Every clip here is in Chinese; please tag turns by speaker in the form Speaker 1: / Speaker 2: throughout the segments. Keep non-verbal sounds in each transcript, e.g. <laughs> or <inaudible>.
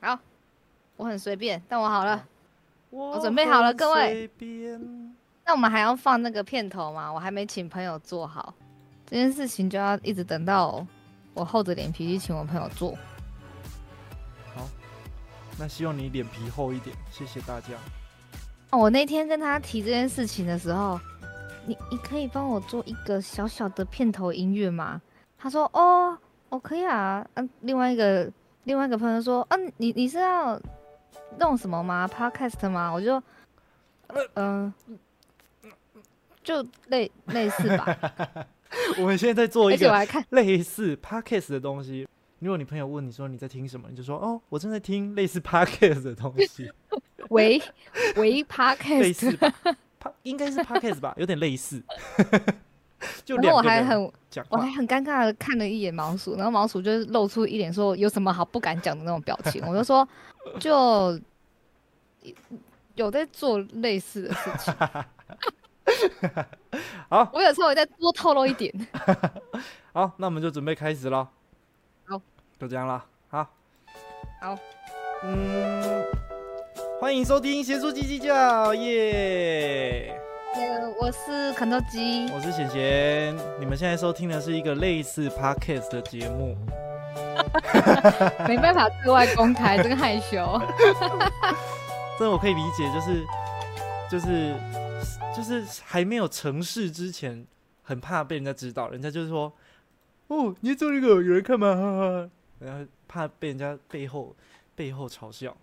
Speaker 1: 好，我很随便，但我好了。
Speaker 2: 我
Speaker 1: 我哦准备好了
Speaker 2: 很
Speaker 1: 各位
Speaker 2: 随便
Speaker 1: 那我们还要放那个片头吗？我还没请朋友做好这件事情，就要一直等到我厚着脸皮去请我朋友做。
Speaker 2: 那希望你脸皮厚一点，谢谢大家。 <laughs>
Speaker 1: 哦我那天跟他提这件事情的时候，你你可以帮我做一个小小的片头音乐吗？他说哦，我可以啊。嗯、另外一个另外一个朋友说，嗯、你你是要弄什么吗？Podcast 吗？我就，嗯、就类类似吧。
Speaker 2: 我们现在在 <laughs> 做一
Speaker 1: 而且我
Speaker 2: 个
Speaker 1: 还看，
Speaker 2: 类似 podcast 的东西。如果你朋友问你说你在听什么，你就说哦，我正在听类似 podcast 的东
Speaker 1: <laughs>
Speaker 2: 西， <laughs>
Speaker 1: 喂喂
Speaker 2: 类
Speaker 1: Podcast，
Speaker 2: 似吧，pa- 应该是 podcast 吧，有点类似。 <laughs> 就
Speaker 1: 然后
Speaker 2: 两
Speaker 1: 我
Speaker 2: 个
Speaker 1: 还
Speaker 2: 人
Speaker 1: 很
Speaker 2: 讲
Speaker 1: 我
Speaker 2: 话
Speaker 1: 还，很尴尬的看了一眼毛鼠，然后毛鼠就是露出一脸说有什么好不敢讲的那种表情，我就
Speaker 2: <laughs>
Speaker 1: 说就有在做类似的事情，
Speaker 2: 好
Speaker 1: 我有稍微再多透露一 <laughs> 点。
Speaker 2: 好，那我们就准备开始了。
Speaker 1: 好，
Speaker 2: 就这样啦。好，
Speaker 1: 好，
Speaker 2: 嗯，欢迎收听贤叔鸡鸡叫耶
Speaker 1: 呃，我是肯德基，
Speaker 2: 我是贤贤，你们现在收听的是一个类似 podcast 的节目。
Speaker 1: <laughs> 没办法对外公开，真害
Speaker 2: <laughs>
Speaker 1: 羞。
Speaker 2: 这我可以理解，就是就是就是还没有成事之前，很怕被人家知道，人家就是说，哦，你在做这个有人看吗？哈 <laughs> 哈，然后怕被人家背后背后嘲笑，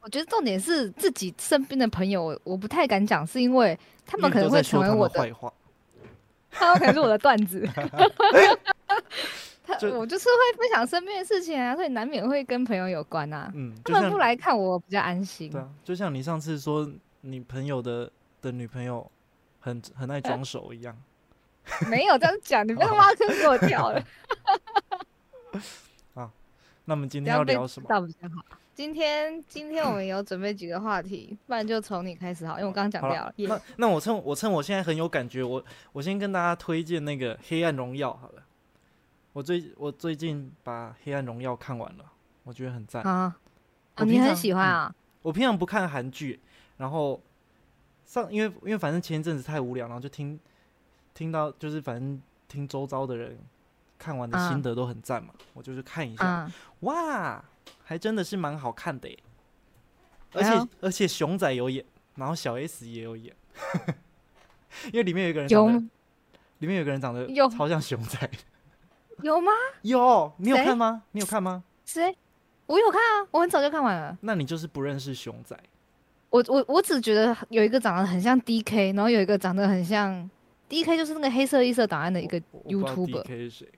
Speaker 1: 我觉得重点是自己身边的朋友，我我不太敢讲，是因为他
Speaker 2: 他
Speaker 1: 们可能会成为我的，
Speaker 2: 坏话。
Speaker 1: 他们可能是我的段子。
Speaker 2: <laughs>
Speaker 1: 他
Speaker 2: 哎就
Speaker 1: 我就是会分享身边的事情啊，所以难免会跟朋友有关啊。
Speaker 2: 嗯，就
Speaker 1: 他们
Speaker 2: 像
Speaker 1: 不来看我，我比较安心。
Speaker 2: 对啊，就像你上次说你朋友的的女朋友很很爱
Speaker 1: 呃
Speaker 2: 装熟一样。
Speaker 1: 没有这样讲，
Speaker 2: <laughs>
Speaker 1: 你不要挖坑给我跳了。
Speaker 2: 那我们今
Speaker 1: 不
Speaker 2: 天要
Speaker 1: 被
Speaker 2: 聊什
Speaker 1: 知
Speaker 2: 么？
Speaker 1: 道比较好。今天今天我们有准备几个话题，不然就从你开始好，因为我刚刚讲
Speaker 2: 好了
Speaker 1: 掉了。耶
Speaker 2: 那那我趁我趁我现在很有感觉，我我先跟大家推荐那个《黑暗荣耀》好了。我最我最近把《黑暗荣耀》看完了，我觉得很赞。
Speaker 1: 啊，
Speaker 2: 我
Speaker 1: 哦你
Speaker 2: 平
Speaker 1: 很
Speaker 2: 常
Speaker 1: 喜欢
Speaker 2: 嗯
Speaker 1: 啊？
Speaker 2: 我平常不看韩剧，然后上因为因为反正前一阵子太无聊，然后就听听到就是反正听周遭的人看完的
Speaker 1: 啊
Speaker 2: 心得都很赞嘛，我就去看一下。
Speaker 1: 啊，
Speaker 2: 哇，还真的是蛮好看的耶，而
Speaker 1: 哎
Speaker 2: 且、
Speaker 1: 呦
Speaker 2: 而且熊仔有演，然后小 S 也有演， <laughs> 因为里面有一个人长得
Speaker 1: 啊有
Speaker 2: 里面有一个人长得
Speaker 1: 有
Speaker 2: 超像熊仔，
Speaker 1: 有吗？
Speaker 2: 有你有
Speaker 1: 谁
Speaker 2: 看吗？你有看吗？
Speaker 1: 谁？我有看啊，我很早就看完了。
Speaker 2: 那你就是不认识熊仔，
Speaker 1: 我我我只觉得有一个长得很像 DK，然后有一个长得很像 DK，就是那个黑色异色档案的一个
Speaker 2: 我我不知道
Speaker 1: YouTuber，
Speaker 2: DK 是谁？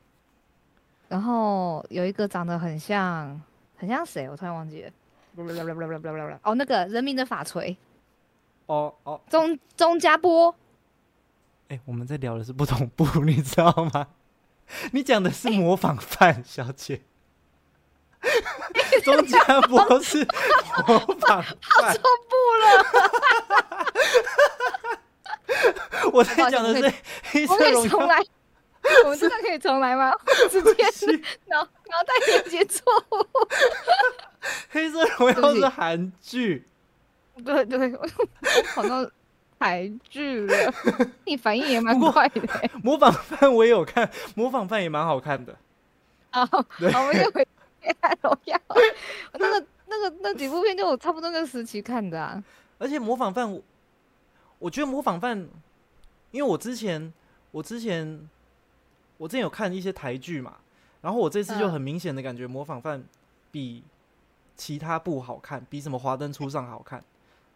Speaker 1: 然后有一个长得很像很像谁，我突然忘记了。哦，那个人民的法锤，
Speaker 2: 哦哦，
Speaker 1: 钟钟家波，
Speaker 2: 哎、我们在聊的是不同步，你知道吗？ <laughs> 你讲的是模仿犯小姐，钟家博是模仿犯。
Speaker 1: 错不了，
Speaker 2: 我在讲
Speaker 1: <laughs>
Speaker 2: 的
Speaker 1: 我
Speaker 2: 是黑
Speaker 1: 我们
Speaker 2: 色
Speaker 1: 可
Speaker 2: 荣
Speaker 1: 以重 <laughs>
Speaker 2: 耀，
Speaker 1: 来，我们真的可以重来吗？直接脑脑袋连接错误，
Speaker 2: <laughs> 黑色荣
Speaker 1: 对不
Speaker 2: 耀
Speaker 1: 起
Speaker 2: 是韩剧。
Speaker 1: <laughs> 对对，我我跑到台剧了， <laughs> 你反应 <laughs> 也蛮
Speaker 2: 不过
Speaker 1: 快的欸。
Speaker 2: 模仿犯我也有看，模仿犯也蛮好看的。
Speaker 1: <laughs> 好，哦好，我们就回黑暗荣耀， <laughs> 那个那个那几部片就我差不多那个时期看的啊。
Speaker 2: 而且模仿犯我，我觉得模仿犯，因为我之前我之前我之前有看一些台剧嘛，然后我这次就
Speaker 1: 嗯
Speaker 2: 很明显的感觉模仿犯比其他部好看，比什么《华灯初上》好看。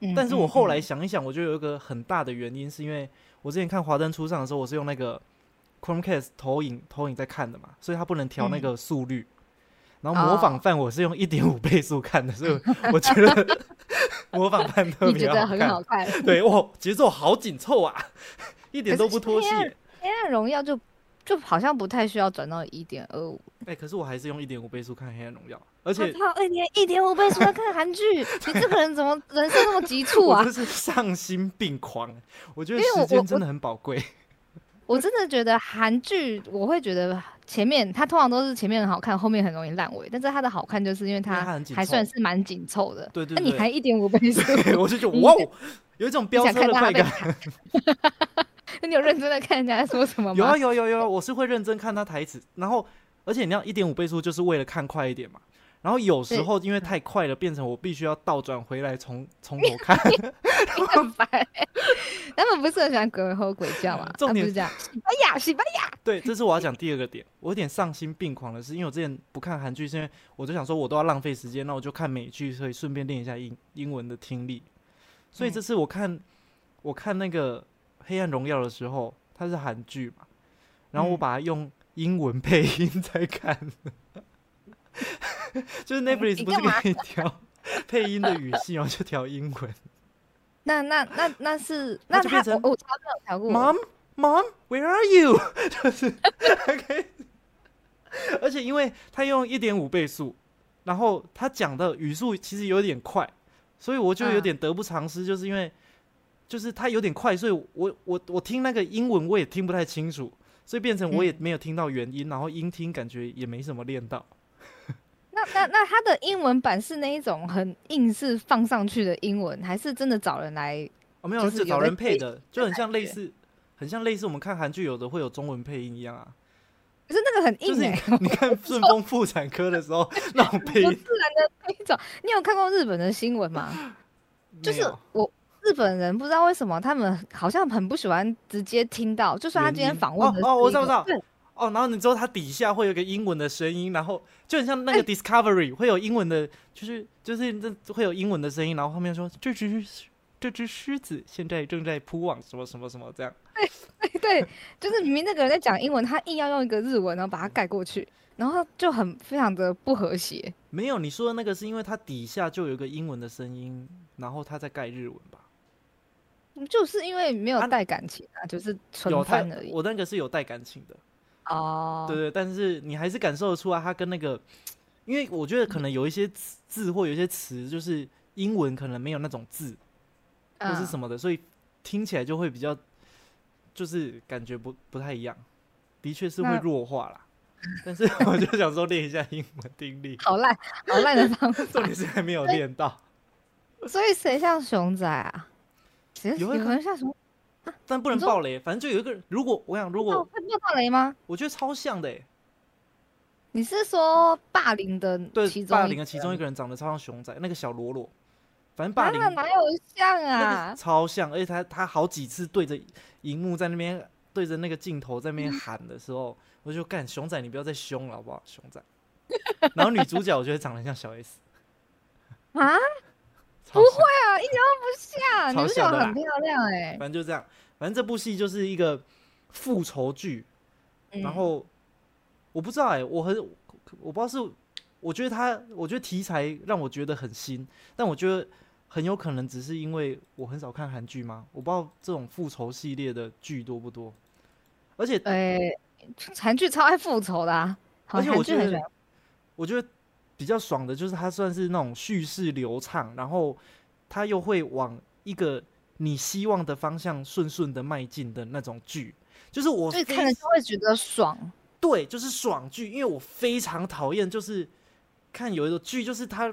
Speaker 1: 嗯
Speaker 2: 但是我后来
Speaker 1: 嗯
Speaker 2: 想一想，我觉得有一个很大的原因，是因为我之前看《华灯初上》的时候，我是用那个 Chromecast 投影投影在看的嘛，所以它不能调那
Speaker 1: 嗯
Speaker 2: 个速率。然后模仿
Speaker 1: 哦
Speaker 2: 犯我是用一点五倍速看的，所以我我觉得
Speaker 1: <laughs>
Speaker 2: 模仿犯特
Speaker 1: 嗯你
Speaker 2: 别
Speaker 1: 觉
Speaker 2: 好
Speaker 1: 得很
Speaker 2: 看。
Speaker 1: 好 <laughs> 看，《
Speaker 2: 对，哇，节奏好紧凑啊，一点
Speaker 1: 可
Speaker 2: 都
Speaker 1: 是
Speaker 2: 不脱
Speaker 1: 黑
Speaker 2: 戏
Speaker 1: 暗
Speaker 2: 耶。
Speaker 1: 黑暗荣耀》就就好像不太需要转到一点二五。
Speaker 2: 哎、可是我还是用一点五倍速看《黑暗荣耀》，而
Speaker 1: 他
Speaker 2: 且
Speaker 1: 怕二点一点五倍速在看韩
Speaker 2: <laughs>
Speaker 1: 剧，你这个人怎么人生那么急促
Speaker 2: 我
Speaker 1: 啊
Speaker 2: 真？是丧心病狂。我觉得
Speaker 1: 因为
Speaker 2: 时
Speaker 1: 我
Speaker 2: 间
Speaker 1: 我 <laughs>
Speaker 2: 真的很宝贵。
Speaker 1: 我真的觉得韩剧，我会觉得前面它通常都是前面很好看，后面很容易烂尾。但是它的好看就是因为
Speaker 2: 因为它
Speaker 1: 它
Speaker 2: 很紧
Speaker 1: 还
Speaker 2: 凑
Speaker 1: 算是蛮紧凑的。
Speaker 2: 对对
Speaker 1: 那你
Speaker 2: 对
Speaker 1: 还一点五倍速，
Speaker 2: 我就觉得
Speaker 1: 你
Speaker 2: 哇哦，有一种飙
Speaker 1: 嗯想看
Speaker 2: 车的
Speaker 1: 到他
Speaker 2: 快
Speaker 1: 被
Speaker 2: 感。
Speaker 1: 砍？那 <laughs> 你有认真的看人家在说什么
Speaker 2: 有啊
Speaker 1: 吗？
Speaker 2: 有有有啊，我是会认真看他台词，然后而且你要一点五倍速就是为了看快一点嘛。然后有时
Speaker 1: 对
Speaker 2: 候因为太快了，变成我必须要倒转回来从
Speaker 1: <laughs>
Speaker 2: 从头看。啊
Speaker 1: 很烦欸、他们不是很喜欢鬼吼鬼叫吗？
Speaker 2: 重
Speaker 1: 他们
Speaker 2: 点
Speaker 1: 就是这样，哎西班牙，西班牙，
Speaker 2: 对，这是我要讲第二个点。我有点丧心病狂的是，因为我之前不看韩剧，是因为我就想说我都要浪费时间，那我就看美剧，所以顺便练一下英英文的听力。所以
Speaker 1: 嗯
Speaker 2: 这次我看我看那个《黑暗荣耀》的时候，它是韩剧嘛，然后我
Speaker 1: 嗯
Speaker 2: 把它用英文配音在看 <laughs> 的，就是 Netflix
Speaker 1: 嗯你
Speaker 2: 不是
Speaker 1: 干嘛
Speaker 2: 可以调 <laughs> 配音的语系吗？就调英文。
Speaker 1: 那那那那是
Speaker 2: 那
Speaker 1: 那
Speaker 2: 就
Speaker 1: 他
Speaker 2: 变成
Speaker 1: 我我超没有调过，
Speaker 2: Mom, Mom, where are you？就是
Speaker 1: <laughs>
Speaker 2: OK。而且因为他用一点五倍速，然后他讲的语速其实有点快，所以我就有
Speaker 1: 嗯
Speaker 2: 点得不偿失，就是因为就是他有点快，所以我我我听那个英文我也听不太清楚，所以变成我
Speaker 1: 嗯
Speaker 2: 也没有听到原音，然后音听感觉也没什么练到。
Speaker 1: 那那那他的英文版是那一种很硬是放上去的英文，还是真的找人来？
Speaker 2: 哦，没有，
Speaker 1: 就是
Speaker 2: 是找
Speaker 1: 有在
Speaker 2: 人配的，就很像类
Speaker 1: 感觉
Speaker 2: 似，很像类似我们看韩剧有的会有中文配音一样啊。 <laughs>
Speaker 1: 可是那个很
Speaker 2: 就
Speaker 1: 硬
Speaker 2: 是你
Speaker 1: 哎、
Speaker 2: 看你看顺丰妇产科的
Speaker 1: <laughs>
Speaker 2: 时候那种配
Speaker 1: 不
Speaker 2: 音，
Speaker 1: 自然的那一种。你有看过日本的新闻吗？就
Speaker 2: 没
Speaker 1: 是
Speaker 2: 有
Speaker 1: 我日本人不知道为什么他们好像很不喜欢直接听到，就算他
Speaker 2: 原
Speaker 1: 今天
Speaker 2: 音
Speaker 1: 访问
Speaker 2: 哦
Speaker 1: 的
Speaker 2: 哦
Speaker 1: 是
Speaker 2: 我
Speaker 1: 一
Speaker 2: 知
Speaker 1: 个
Speaker 2: 道我知道
Speaker 1: 对
Speaker 2: 哦，然后你知道它底下会有一个英文的声音，然后就很
Speaker 1: 哎
Speaker 2: 像那个 Discovery 会有英文的，就是就是那会有英文的声音，然后后面说这只狮这只狮子现在正在铺网什么什么什么这样，
Speaker 1: <laughs> 对，就是明明那个人在讲英文，他硬要用一个日文，然后把它盖过去，然后就很非常的不和谐。
Speaker 2: 没有你说的那个是因为它底下就有一个英文的声音，然后它在盖日文吧？
Speaker 1: 就是因为没有
Speaker 2: 啊
Speaker 1: 带感情啊，就是
Speaker 2: 有
Speaker 1: 纯
Speaker 2: 它
Speaker 1: 翻而已。
Speaker 2: 我那个是有带感情的，
Speaker 1: 哦，
Speaker 2: 对对，但是你还是感受得出来，它跟那个，因为我觉得可能有一些字字或有一些词，就是英文可能没有那种字或是
Speaker 1: 嗯
Speaker 2: 什么的，所以听起来就会比较，就是感觉不不太一样，的确是会
Speaker 1: 那
Speaker 2: 弱化啦。
Speaker 1: <laughs>
Speaker 2: 但是我就想说练一下英文听力，
Speaker 1: 好烂，好烂的方
Speaker 2: <laughs>
Speaker 1: 法。
Speaker 2: 重点是还没有练到，
Speaker 1: 所以谁像熊仔啊？谁
Speaker 2: 有
Speaker 1: 有
Speaker 2: 一个
Speaker 1: 人像熊？
Speaker 2: 但不能
Speaker 1: 你说
Speaker 2: 爆雷。反正就有一个人，如果我想，如
Speaker 1: 哦
Speaker 2: 果，
Speaker 1: 会爆大雷吗？
Speaker 2: 我觉得超像的、欸，
Speaker 1: 你是说霸凌的
Speaker 2: 对，
Speaker 1: 其中
Speaker 2: 霸凌的其中
Speaker 1: 个
Speaker 2: 一
Speaker 1: 啊
Speaker 2: 个人长得超像熊仔，那个小罗罗，反正霸
Speaker 1: 人？
Speaker 2: 凌
Speaker 1: 哪哪有像
Speaker 2: 那
Speaker 1: 啊
Speaker 2: 个？超像，而且他他好几次对着荧幕在那边对着那个镜头在那边喊的时候，我就干熊仔，你不要再凶了好不好，熊仔。 <laughs> 然后女主角我觉得长得很像小 S，
Speaker 1: 啊，
Speaker 2: 不
Speaker 1: 对
Speaker 2: 会，
Speaker 1: 啊，一点都不像，
Speaker 2: 超
Speaker 1: 你们
Speaker 2: 像
Speaker 1: 讲
Speaker 2: 的啦
Speaker 1: 很漂亮哎、
Speaker 2: 反正就这样，反正这部戏就是一个复仇剧，
Speaker 1: 嗯
Speaker 2: 然后我不知道哎、我很我不知道是，我觉得他，我觉得题材让我觉得很新，但我觉得很有可能只是因为我很少看韩剧吗？我不知道这种复仇系列的剧多不多，而且
Speaker 1: 哎，韩剧超爱复仇的、啊，好
Speaker 2: 而且我
Speaker 1: 韩剧
Speaker 2: 觉
Speaker 1: 很喜
Speaker 2: 得
Speaker 1: 欢。，
Speaker 2: 我觉得比较爽的就是它算是那种叙事流畅，然后它又会往一个你希望的方向顺顺的迈进的那种剧。就是我
Speaker 1: 所以
Speaker 2: 非
Speaker 1: 看了就会觉得爽，
Speaker 2: 对，就是爽剧，因为我非常讨厌，就是看有一种剧，就是他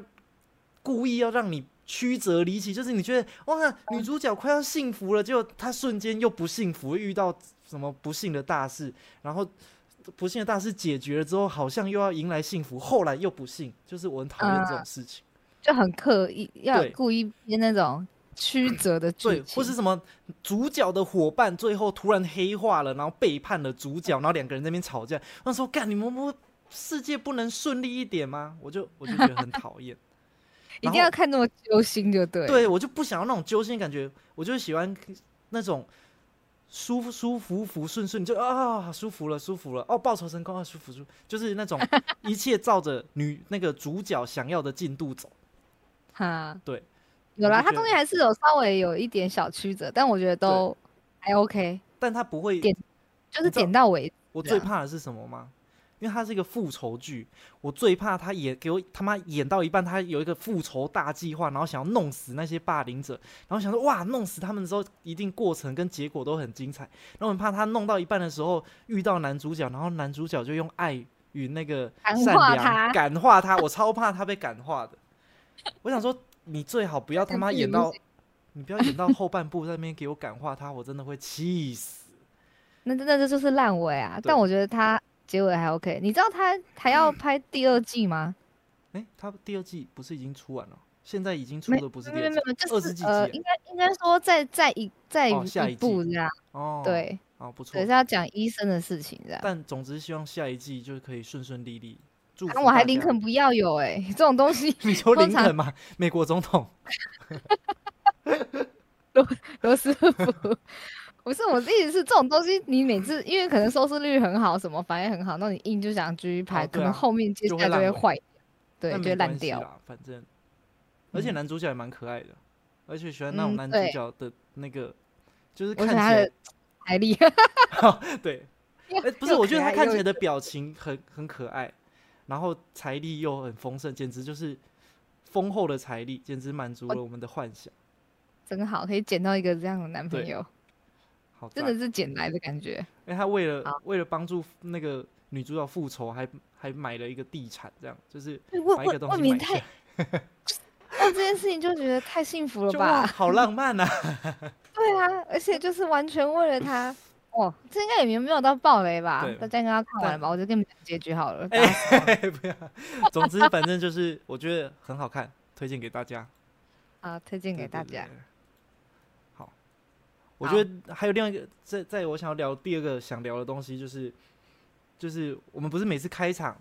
Speaker 2: 故意要让你曲折离奇，就是你觉得哇，女主角快要幸福了，结果她瞬间又不幸福，遇到什么不幸的大事，然后不幸的大事解决了之后，好像又要迎来幸福，后来又不幸，就是我很讨厌这种事情。
Speaker 1: 就很刻意要
Speaker 2: 对
Speaker 1: 故意编那种曲折的剧
Speaker 2: 对
Speaker 1: 情，，
Speaker 2: 或是什么主角的伙伴最后突然黑化了，然后背叛了主角，然后两个人在那边吵架。那时候干，你们不世界不能顺利一点吗？我就我就觉得很讨
Speaker 1: <laughs>
Speaker 2: 厌。
Speaker 1: 一
Speaker 2: 然
Speaker 1: 定要
Speaker 2: 后
Speaker 1: 看那么揪心就对了。
Speaker 2: 对我就不想要那种揪心的感觉，我就喜欢那种舒服舒服服顺顺，就啊舒服了舒服了哦，报仇成功啊舒服舒服，就是那种一切照着女那个主角想要的进度走。
Speaker 1: 哈，
Speaker 2: 对，
Speaker 1: 有
Speaker 2: 我
Speaker 1: 啦，
Speaker 2: 就
Speaker 1: 它
Speaker 2: 觉
Speaker 1: 中
Speaker 2: 得
Speaker 1: 间还是有稍微有一点小曲折，但我觉得都还 OK，
Speaker 2: 但他不会，
Speaker 1: 点就是
Speaker 2: 你知道
Speaker 1: 点到为止。
Speaker 2: 我
Speaker 1: 这
Speaker 2: 最
Speaker 1: 样
Speaker 2: 怕的是什么吗？因为它是一个复仇剧，我最怕他演给我他妈演到一半，他有一个复仇大计划，然后想要弄死那些霸凌者，然后想说哇，弄死他们之后，一定过程跟结果都很精彩。然后很怕他弄到一半的时候遇到男主角，然后男主角就用爱与那个
Speaker 1: 感
Speaker 2: 善
Speaker 1: 化
Speaker 2: 良
Speaker 1: 他
Speaker 2: 感化他，我超怕他被感化的。我想说，你最好不要他
Speaker 1: 但
Speaker 2: 妈
Speaker 1: 是
Speaker 2: 演
Speaker 1: 你
Speaker 2: 到，你不要演到后半部在那边给我感化他，我真的会气死。
Speaker 1: 那那这就是烂尾啊！但
Speaker 2: 对嗯
Speaker 1: 我觉得他结尾还 OK。你知道他还要拍第二季吗？
Speaker 2: 哎、他第二季不是已经出完了？现在已经出
Speaker 1: 没
Speaker 2: 的不是
Speaker 1: 没
Speaker 2: 第
Speaker 1: 有
Speaker 2: 二
Speaker 1: 没
Speaker 2: 季
Speaker 1: 有，没有，就
Speaker 2: 二十
Speaker 1: 是
Speaker 2: 几
Speaker 1: 呃，
Speaker 2: 集
Speaker 1: 应该应该说再再一再
Speaker 2: 哦下一
Speaker 1: 一步这样。
Speaker 2: 哦，，
Speaker 1: 对，
Speaker 2: 哦，不错
Speaker 1: 对，。是要讲医生的事情这样。
Speaker 2: 但总之，希望下一季就可以顺顺利利。祝福
Speaker 1: 啊，我还
Speaker 2: 大
Speaker 1: 林
Speaker 2: 家，
Speaker 1: 肯不要有哎、 <laughs> 这种东西
Speaker 2: <laughs> 你说
Speaker 1: 通
Speaker 2: 林
Speaker 1: 常
Speaker 2: 肯嘛，美国总统。
Speaker 1: 罗斯福， <laughs> 不是我的意思是这种东西，你每次因为可能收视率很好，什么反应很好，那你硬就想继续拍，
Speaker 2: 哦
Speaker 1: 可
Speaker 2: 对
Speaker 1: 能
Speaker 2: 啊
Speaker 1: 后面接
Speaker 2: 就
Speaker 1: 下
Speaker 2: 会
Speaker 1: 来就
Speaker 2: 烂
Speaker 1: 会
Speaker 2: 尾
Speaker 1: 坏，对，
Speaker 2: 但
Speaker 1: 就会
Speaker 2: 没
Speaker 1: 烂
Speaker 2: 关系
Speaker 1: 掉。
Speaker 2: 啦，反正，而且
Speaker 1: 嗯
Speaker 2: 男主角也蛮可爱的，而且喜欢
Speaker 1: 嗯
Speaker 2: 那种男主
Speaker 1: 对
Speaker 2: 角的那个，就是
Speaker 1: 我
Speaker 2: 看
Speaker 1: 喜欢
Speaker 2: 起
Speaker 1: 他
Speaker 2: 来
Speaker 1: 的海丽，
Speaker 2: <laughs> 对，
Speaker 1: 又
Speaker 2: 哎、不是，
Speaker 1: 又
Speaker 2: 我觉得
Speaker 1: 可
Speaker 2: 他
Speaker 1: 爱
Speaker 2: 看
Speaker 1: 又
Speaker 2: 起来的表情很很可爱，然后财力又很丰盛，简直就是丰厚的财力，简直满足
Speaker 1: 我
Speaker 2: 了我们的幻想。
Speaker 1: <laughs> 真好，可以捡到一个这样的男朋
Speaker 2: 对啊
Speaker 1: 友，
Speaker 2: 好赞，
Speaker 1: 真的是捡来的感觉。
Speaker 2: 因为他为了
Speaker 1: 好
Speaker 2: 为了帮助那个女主角复仇，还还买了一个地产，这样就是
Speaker 1: 魏
Speaker 2: 把一个
Speaker 1: 魏
Speaker 2: 东
Speaker 1: 魏
Speaker 2: 西买
Speaker 1: 明
Speaker 2: 下
Speaker 1: 太， <laughs>
Speaker 2: 来，
Speaker 1: 哦，这件事情就觉得太幸福了
Speaker 2: 就哇，
Speaker 1: 吧？
Speaker 2: 好浪
Speaker 1: <laughs>
Speaker 2: 漫啊！
Speaker 1: 对啊，而且就是完全为了他。哦，这应该也没有没有到暴雷吧
Speaker 2: 对？
Speaker 1: 大家应该要看完
Speaker 2: 但
Speaker 1: 吧？我就跟你们讲结局好了。
Speaker 2: 哎、 <laughs>
Speaker 1: 大家
Speaker 2: 不要，总之反正就是我觉得很好看，推荐给大家。
Speaker 1: 啊，推荐
Speaker 2: 哎对
Speaker 1: 给
Speaker 2: 对
Speaker 1: 大
Speaker 2: 对
Speaker 1: 家。
Speaker 2: 对好，我
Speaker 1: 好
Speaker 2: 觉得还有另外一个，在在我想要聊第二个想聊的东西，就是就是我们不是每次开场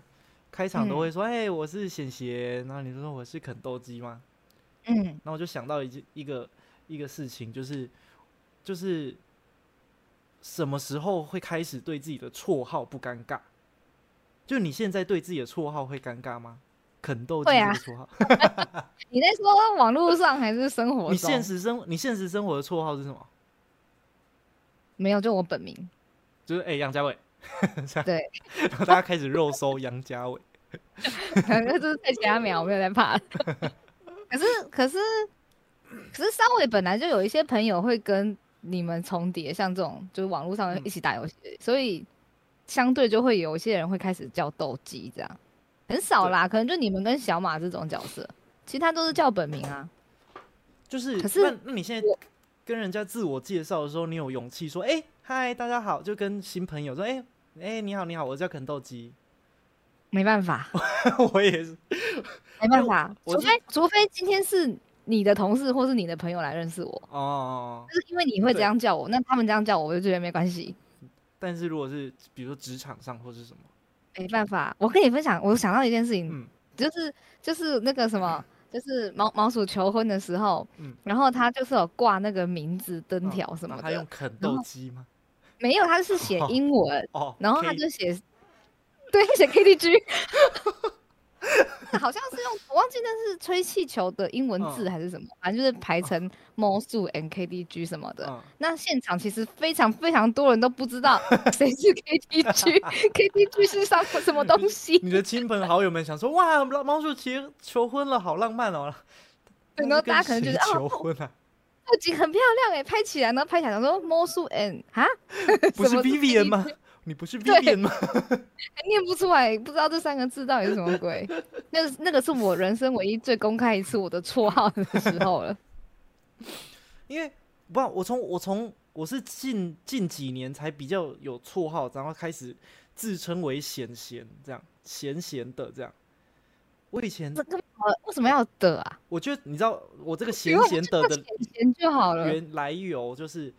Speaker 2: 开场都
Speaker 1: 嗯
Speaker 2: 会说，哎、我是显贤，然后你就说我是肯豆鸡吗？
Speaker 1: 嗯，
Speaker 2: 然后我就想到一件一个一个事情，就是就是什么时候会开始对自己的绰号不尴尬？就你现在对自己的绰号会尴尬吗？肯豆鸡
Speaker 1: 会
Speaker 2: 这
Speaker 1: 啊
Speaker 2: 个绰号，
Speaker 1: 你在说网络上还是生活中？
Speaker 2: 你现实生你现实生活的绰号是什么？
Speaker 1: 没有，就我本名。
Speaker 2: 就是哎，杨、家伟， <laughs> 这样
Speaker 1: 对，
Speaker 2: 然后大家开始肉搜杨家伟，
Speaker 1: <laughs> 反正就是在其他秒，我没有在
Speaker 2: <laughs>
Speaker 1: 怕。可是，可是，可是，三位本来就有一些朋友会跟你们重叠，像这种就是网络上
Speaker 2: 嗯
Speaker 1: 一起打游戏的，所以相对就会有一些人会开始叫斗鸡这样，很少啦，可能就你们跟小马这种角色，其他都是叫本名啊。
Speaker 2: 就是，
Speaker 1: 可是
Speaker 2: 那那你现在跟人家自我介绍的时候，你有勇气说，哎、嗨，大家好，就跟新朋友说，哎、哎、你好，你好，我叫肯豆鸡，
Speaker 1: 没办法，
Speaker 2: <laughs> 我也是，
Speaker 1: 没办法，
Speaker 2: 哦哎我
Speaker 1: 除
Speaker 2: 我是
Speaker 1: 非除非今天是你的同事或是你的朋友来认识我，
Speaker 2: 哦，
Speaker 1: 就是因为你会这
Speaker 2: 对
Speaker 1: 样叫我，那他们这样叫我，我就觉得没关系。
Speaker 2: 但是如果是比如说职场上或是什么，
Speaker 1: 没办法，我跟你分享，我想到一件事情，
Speaker 2: 嗯
Speaker 1: 就是就是那个什么，就是毛毛鼠求婚的时候，
Speaker 2: 嗯
Speaker 1: 然后他就是有挂那个名字灯
Speaker 2: 嗯
Speaker 1: 条什么
Speaker 2: 那
Speaker 1: 的，
Speaker 2: 他用肯豆鸡吗？
Speaker 1: 没有，他是
Speaker 2: <laughs>
Speaker 1: 写英文，
Speaker 2: 哦，
Speaker 1: 然后他
Speaker 2: K-
Speaker 1: 就写，对，他写 KTG，好像是用我忘记那是吹气球的英文字
Speaker 2: 嗯
Speaker 1: 还是什么，反正就是排成猫鼠 and KTG 什么的，<laughs>
Speaker 2: 哦嗯，
Speaker 1: 那现场其实非常非常多人都不知道
Speaker 2: <laughs>
Speaker 1: 谁是 KTG，KTG 是什么什么东西，
Speaker 2: 你的亲朋好友们想说，哇，老毛主席求婚了，好浪漫哦，
Speaker 1: <laughs> 对然后
Speaker 2: 那是跟
Speaker 1: 大家可能
Speaker 2: 谁
Speaker 1: 觉得哦
Speaker 2: 求婚
Speaker 1: <laughs>
Speaker 2: 啊，
Speaker 1: 布景很漂亮哎，拍起来呢，拍起来想说魔术 N <laughs> 啊，
Speaker 2: 不是
Speaker 1: 什么
Speaker 2: Vivian 吗？你不是
Speaker 1: 对
Speaker 2: Vivian 吗？ <laughs>
Speaker 1: 还念不出来，不知道这三个字到底是什么鬼。那个那个是我人生唯一最公开一次我的绰号的时候 <laughs> 了。
Speaker 2: 因为不知道，我从我从我是近近几年才比较有绰号，然后开始自称为贤贤这样，贤贤的这样。我以前
Speaker 1: 这个哦为什么要的啊？
Speaker 2: 我觉得你知道我这个
Speaker 1: 因
Speaker 2: 贤
Speaker 1: 为我
Speaker 2: 贤
Speaker 1: 们
Speaker 2: 的
Speaker 1: 就叫
Speaker 2: 的
Speaker 1: 钱钱就好了。
Speaker 2: 原来由，就是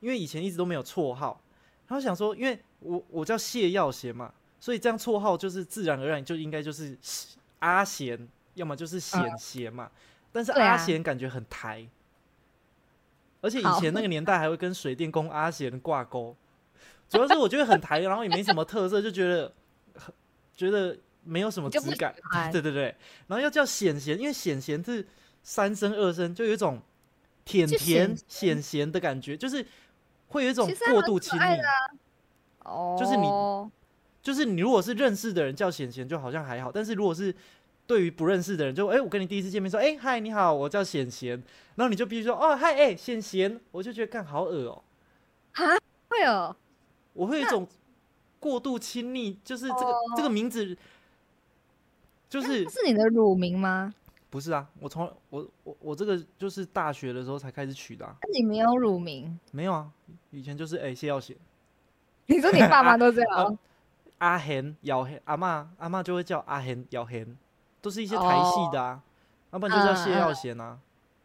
Speaker 2: 因为以前一直都没有绰号，然后想说，因为我我叫谢耀贤嘛，所以这样绰号就是自然而然就应该就是阿贤，要么就是显贤嘛。但是
Speaker 1: 对
Speaker 2: 阿
Speaker 1: 啊
Speaker 2: 贤感觉很台，而且以
Speaker 1: 好
Speaker 2: 前
Speaker 1: <laughs>
Speaker 2: 那个年代还会跟水电工阿贤挂钩，主要是我觉得很
Speaker 1: <laughs>
Speaker 2: 台，然后也没什么特色，就觉得很觉得没有什么
Speaker 1: 你就不
Speaker 2: 质感
Speaker 1: 喜欢。
Speaker 2: <laughs> 对对对，然后要叫显贤，因为显贤是三声二声，就有一种舔
Speaker 1: 就
Speaker 2: 甜
Speaker 1: 显
Speaker 2: 显贤的感觉，就是会有一种
Speaker 1: 其实还
Speaker 2: 过
Speaker 1: 蛮
Speaker 2: 度
Speaker 1: 可
Speaker 2: 亲密
Speaker 1: 爱。的啊
Speaker 2: 就是你
Speaker 1: 哦
Speaker 2: 就是你如果是认识的人叫显贤，就好像还好；但是如果是对于不认识的人，就哎、我跟你第一次见面说，哎、嗨，你好，我叫显贤，然后你就必须说，哦，嗨，哎、显贤，我就觉得干好恶哦、
Speaker 1: 会哦，
Speaker 2: 我会有一种过度亲昵，就是这
Speaker 1: 哦
Speaker 2: 个、这个名字，就是
Speaker 1: 那是你的乳名吗？
Speaker 2: 不是啊？我从我我我这个就是大学的时候才开始取的、啊，
Speaker 1: 那你没有乳
Speaker 2: <laughs>
Speaker 1: 名，
Speaker 2: 没有啊，以前就是哎、谢耀贤、
Speaker 1: 你说你爸妈都这
Speaker 2: <laughs> 啊
Speaker 1: 样，
Speaker 2: 阿贤、姚贤，阿嬷阿嬷就会叫阿贤、姚贤，都是一些台戏的
Speaker 1: 哦
Speaker 2: 啊，要、不然就叫谢耀贤啊，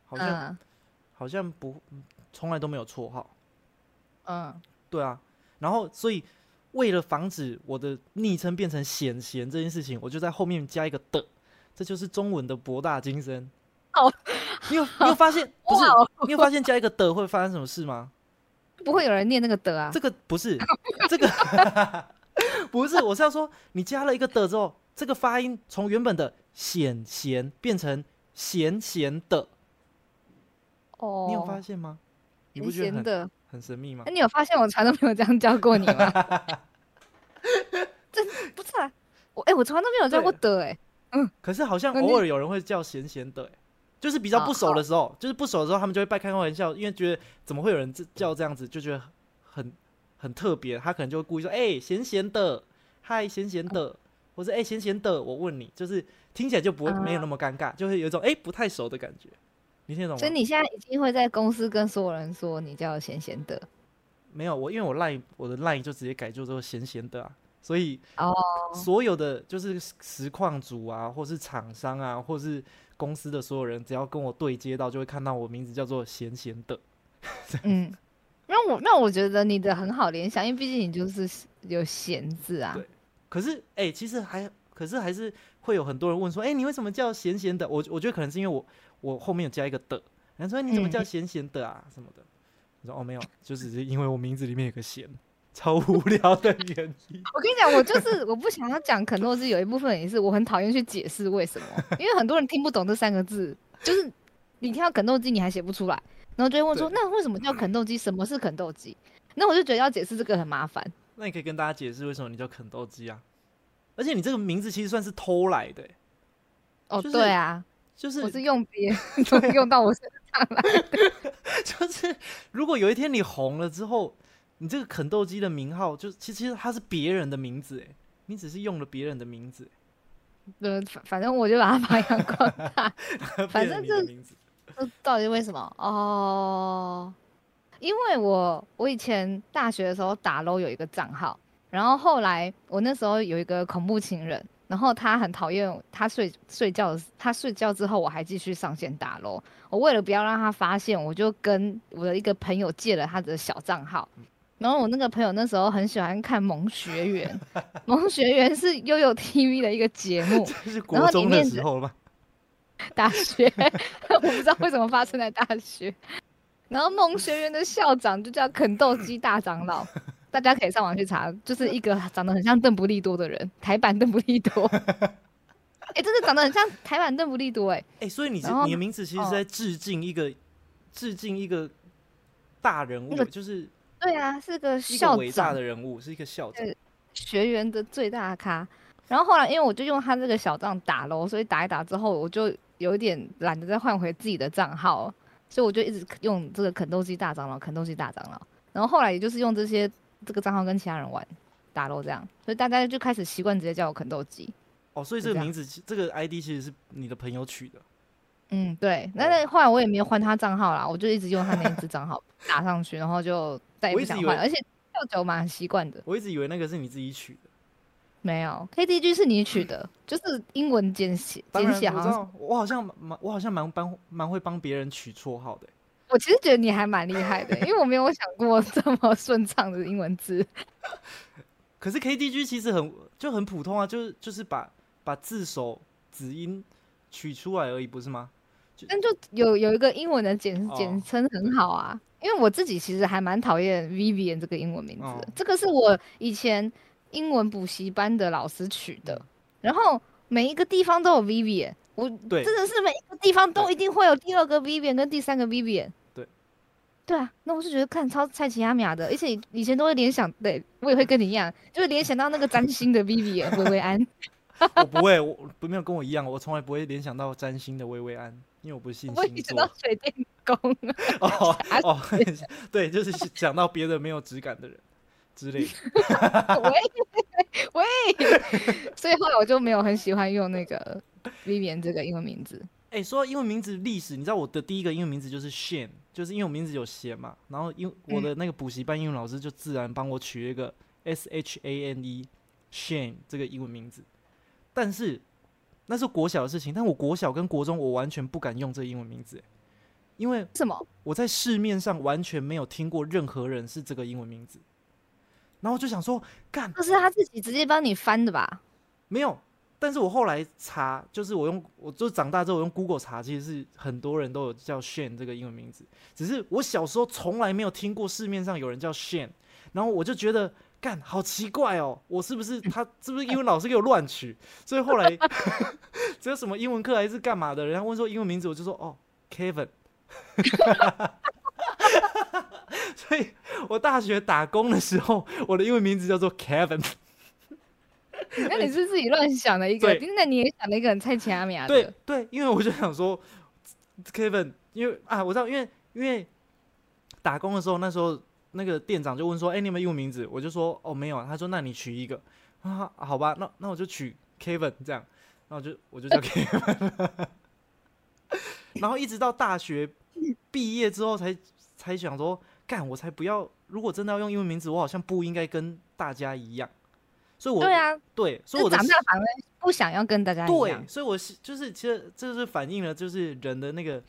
Speaker 2: 好像、
Speaker 1: 嗯
Speaker 2: 好像不从来都没有绰号，
Speaker 1: 嗯，
Speaker 2: 对啊，然后所以为了防止我的昵称变成显贤这件事情，我就在后面加一个的，这就是中文的博大精深。
Speaker 1: 哦，
Speaker 2: 你有你有发现不是？
Speaker 1: <laughs> 哇哦
Speaker 2: 你有发现加一个的会发生什么事吗？
Speaker 1: 不会有人念那个的啊
Speaker 2: 这，个不是这个不是，我是要说你加了一个的之后，这个发音从原本的显贤变成咸咸的，
Speaker 1: 哦，
Speaker 2: 你有发现吗？你不觉得
Speaker 1: 闲
Speaker 2: 很
Speaker 1: 的？
Speaker 2: 很神秘吗
Speaker 1: 那、？你有发现我从来都没有这样教过你
Speaker 2: <laughs>
Speaker 1: 吗？这不是啊，我哎、我从来都没有教过的哎、
Speaker 2: 可是好像
Speaker 1: 那你啊
Speaker 2: 偶尔有人会叫咸咸的欸、就是比较不熟的时候，就是不熟的时候，他们就会半开玩笑，因为觉得怎么会有人这叫这样子，就觉得很很特别，他可能就会故意说：“哎、咸咸的，嗨，咸咸
Speaker 1: 嗯
Speaker 2: 的。”或是哎，咸、咸的，我问你，就是听起来就不会
Speaker 1: 啊
Speaker 2: 没有那么尴尬，就会有一种哎、不太熟的感觉，你听得懂吗？
Speaker 1: 所以你现在已经会在公司跟所有人说你叫贤贤的
Speaker 2: 没有我，因为我 line 我的 line 就直接改做做咸咸的啊，所以
Speaker 1: 哦，
Speaker 2: 所有的就是实况组啊，或是厂商啊，或是公司的所有人，只要跟我对接到，就会看到我名字叫做咸咸的。
Speaker 1: 嗯，让我让我觉得你的很好联想，因为毕竟你就是有贤字啊
Speaker 2: 对，可是哎、其实还可是还是会有很多人问说，哎、你为什么叫咸咸的？我我觉得可能是因为我我后面有加一个的，人家说哎你怎么
Speaker 1: 嗯
Speaker 2: 叫咸咸的啊、什么的。我说哦没有，就只是因为我名字里面有个咸，超无聊的原因。
Speaker 1: 我跟你讲，我就是我不想要讲，可能我是有一部分也是我很讨厌去解释为什么，因为很多人听不懂这三个字，就是你听到肯豆基你还写不出来，然后就会问说
Speaker 2: 对
Speaker 1: 那为什么叫肯豆基？什么是肯豆基？那我就觉得要解释这个很麻烦。
Speaker 2: 那你可以跟大家解释为什么你叫肯豆基啊？而且你这个名字其实算是偷来的欸、
Speaker 1: 哦，
Speaker 2: 就是
Speaker 1: 对啊，
Speaker 2: 就是
Speaker 1: 我是用别 <laughs> 人用到我身上来，
Speaker 2: <laughs> 就是如果有一天你红了之后，你这个肯豆基的名号就其实其实它是别人的名字，哎，你只是用了别人的名字，
Speaker 1: 呃，反反正我就把它发扬光大。 <laughs> 反
Speaker 2: 变了
Speaker 1: 正
Speaker 2: 你
Speaker 1: 这
Speaker 2: 的名字
Speaker 1: 这 <laughs> 到底为什么？哦，因为我我以前大学的时候打 LO 有一个账号，然后后来我那时候有一个恐怖情人，然后他很讨厌他睡睡觉的时，他睡觉之后我还继续上线打 LO。我为了不要让他发现，我就跟我的一个朋友借了他的小账号。然后我那个朋友那时候很喜欢看《萌学园》，《萌学园》是悠悠 TV 的一个节目，
Speaker 2: 这是
Speaker 1: 哦然
Speaker 2: 国
Speaker 1: 后
Speaker 2: 中
Speaker 1: 里
Speaker 2: 的
Speaker 1: 面
Speaker 2: 时
Speaker 1: 的
Speaker 2: 候了吧？
Speaker 1: 大学， <laughs> 我不知道为什么发生在大学。然后梦学园的校长就叫肯豆基大长老，大家可以上网去查，就是一个长得很像邓布利多的人，台版邓布利多。哎、真的长得很像台版邓布利多哎、
Speaker 2: 哎、所以你是
Speaker 1: 然后
Speaker 2: 你的名字其实是
Speaker 1: 哦
Speaker 2: 在致敬一个、致敬一个大人物欸
Speaker 1: 那，个
Speaker 2: 就是
Speaker 1: 对啊，是个
Speaker 2: 一个
Speaker 1: 校
Speaker 2: 伟大
Speaker 1: 长
Speaker 2: 的人物，是一个校长
Speaker 1: 对。学员的最大咖。然后后来因为我就用他这个小账打咯，所以打一打之后，我就有一点懒得再换回自己的账号，所以我就一直用这个肯豆基大长老，肯豆基大长老。然后后来也就是用这些这个账号跟其他人玩打咯，这样，所以大家就开始习惯直接叫我肯豆基。
Speaker 2: 哦，所以
Speaker 1: 是
Speaker 2: 这个
Speaker 1: 这样
Speaker 2: 名字其这个 ID 其实是你的朋友取的。
Speaker 1: 嗯，对。那
Speaker 2: 哦
Speaker 1: 那后来我也没有换他账号啦，我就一直用他那一只账
Speaker 2: <laughs>
Speaker 1: 号打上去，然后就再也
Speaker 2: 我
Speaker 1: 不
Speaker 2: 一直
Speaker 1: 想
Speaker 2: 以为
Speaker 1: 换，而且跳脚蛮习惯的。
Speaker 2: 我一直以为那个是你自己取的，
Speaker 1: 没有，KDG 是你取的，就是英文简写，
Speaker 2: 当
Speaker 1: 简
Speaker 2: 然
Speaker 1: 写
Speaker 2: 我
Speaker 1: 好像
Speaker 2: 知
Speaker 1: 是
Speaker 2: 道，我好像蛮我好像蛮帮蛮会帮别人取绰号的欸。
Speaker 1: 我其实觉得你还蛮厉害的，因为我没有想过这么顺畅的英文字。
Speaker 2: 可是 KDG 其实很就很普通啊，就是就是把把字首子音取出来而已，不是吗？
Speaker 1: 但就有有一个英文的简
Speaker 2: 哦
Speaker 1: 简称很好啊，因为我自己其实还蛮讨厌 Vivian 这个英文名字的，
Speaker 2: 哦
Speaker 1: 这个是我以前英文补习班的老师取的
Speaker 2: 嗯，
Speaker 1: 然后每一个地方都有 Vivian，我
Speaker 2: 对
Speaker 1: 真的是每一个地方都一定会有第二个 Vivian 跟第三个 Vivian。
Speaker 2: 对，
Speaker 1: 对啊，那我是觉得看超蔡奇亚米亚的，而且以前都会联想，对我也会跟你一样，就会联想到那个占星的 Vivi 薇薇安。
Speaker 2: 我不会，我不没有跟我一样，我从来不会联想到占星的薇薇安，因为我不信
Speaker 1: 我一
Speaker 2: 星
Speaker 1: 直
Speaker 2: 座
Speaker 1: 到。水电工，
Speaker 2: <laughs> 哦哦， <laughs> 对，就是讲到别的没有质感的人之类的。
Speaker 1: 啊喂喂，
Speaker 2: <laughs>
Speaker 1: 所以后来我就没有很喜欢用那个 Vivian 这个英文名字。
Speaker 2: 哎、说到英文名字历史，你知道我的第一个英文名字就是 Shane，就是因为我名字有弦嘛，然后英我的那个补习班英文老师就自然帮我取了一个 S H A N E Shane 这个英文名字，但是那是国小的事情，但我国小跟国中我完全不敢用这个英文名字、因为
Speaker 1: 什么？
Speaker 2: 我在市面上完全没有听过任何人是这个英文名字，然后我就想说，干
Speaker 1: 这是他自己直接帮你翻的吧？
Speaker 2: 没有，但是我后来查，就是我用，我就长大之后我用 Google 查，其实是很多人都有叫 Shane 这个英文名字，只是我小时候从来没有听过市面上有人叫 Shane，然后我就觉得干好奇怪哦，我是不是他是不是英文老师给我乱取？所以后来 <laughs> 只有什么英文课还是干嘛的，人家问说英文名字，我就说哦 Kevin。所以，我大学打工的时候，我的英文名字叫做 Kevin。
Speaker 1: 那你是自己乱想的一个，
Speaker 2: 对
Speaker 1: 那你也想了一个很蔡奇亚米亚的。
Speaker 2: 对对，因为我就想说，Kevin，因为啊，我知道，因为因为打工的时候，那时候那个店长就问说：“哎、你有没有英文名字？”我就说：“哦，没有。”啊。”他说：“那你取一个啊，好吧，那那我就取 Kevin 这样。”然后就我就叫 <laughs> Kevin，然后一直到大学毕业之后才才想说，干我才不要！如果真的要用英文名字，我好像不应该跟大家一样。所以我，
Speaker 1: 对啊，
Speaker 2: 对，所以
Speaker 1: 就
Speaker 2: 我的
Speaker 1: 长大反而不想要跟大家一
Speaker 2: 对
Speaker 1: 样，。
Speaker 2: 所以我是就是其实这是反映了就是人的那个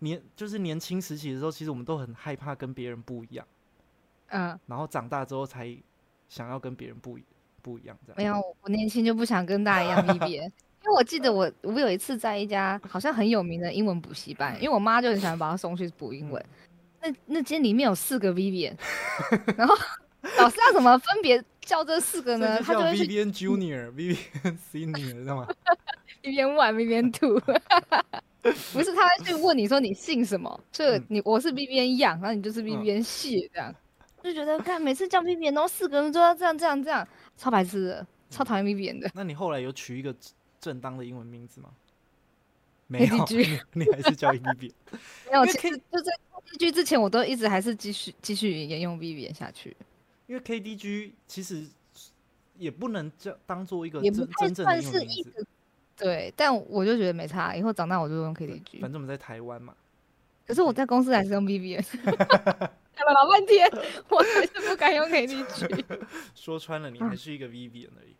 Speaker 2: 年就是年轻时期的时候，其实我们都很害怕跟别人不一样，
Speaker 1: 嗯，
Speaker 2: 然后长大之后才想要跟别人不一不一样这样。
Speaker 1: 没有，哎我年轻就不想跟大家一样
Speaker 2: <laughs>
Speaker 1: Vivian。因为我记得我我有一次在一家好像很有名的英文补习班，因为我妈就很喜欢把她送去补英文。
Speaker 2: 嗯
Speaker 1: 那那间里面有四个
Speaker 2: <laughs>
Speaker 1: Vivian，然后老师要怎么分别叫这四个
Speaker 2: 这
Speaker 1: 呢？他
Speaker 2: 叫
Speaker 1: 就会去
Speaker 2: Vivian Junior、Vivian <laughs> Senior，知道吗？ <laughs>
Speaker 1: 一边玩一边吐， <laughs> 不是他会去问你说你姓什么，就
Speaker 2: 嗯
Speaker 1: 你我是 B B N 样，然后你就是 B
Speaker 2: 嗯
Speaker 1: B N 系这样，就觉得看每次叫 B B N，然后四个人都要这样这样这样，超白痴的，超讨厌 B B N 的。
Speaker 2: 那你后来有取一个正当的英文名字吗？没
Speaker 1: 没
Speaker 2: 有，
Speaker 1: 几句
Speaker 2: <laughs> 你你还是叫 Vivian。
Speaker 1: 没有，
Speaker 2: 因为
Speaker 1: 其
Speaker 2: 可以
Speaker 1: 实就在这句之前，我都一直还是继续继续沿用 B B N 下去，
Speaker 2: 因为 KDG 其实也不能叫当做一个
Speaker 1: 也不
Speaker 2: 真
Speaker 1: 太
Speaker 2: 真正
Speaker 1: 算
Speaker 2: 的英文
Speaker 1: 是一
Speaker 2: 名字。
Speaker 1: 个对，但我就觉得没差，以后长大我就用 K D
Speaker 2: 反
Speaker 1: G，
Speaker 2: 正我们在台湾嘛，
Speaker 1: 可是我在公司还是用 B
Speaker 2: <laughs>
Speaker 1: B N，看了老半天，我还是不敢用 K D G。 <laughs>
Speaker 2: 说穿了你
Speaker 1: 嗯
Speaker 2: 还是一个 Vivian 而已。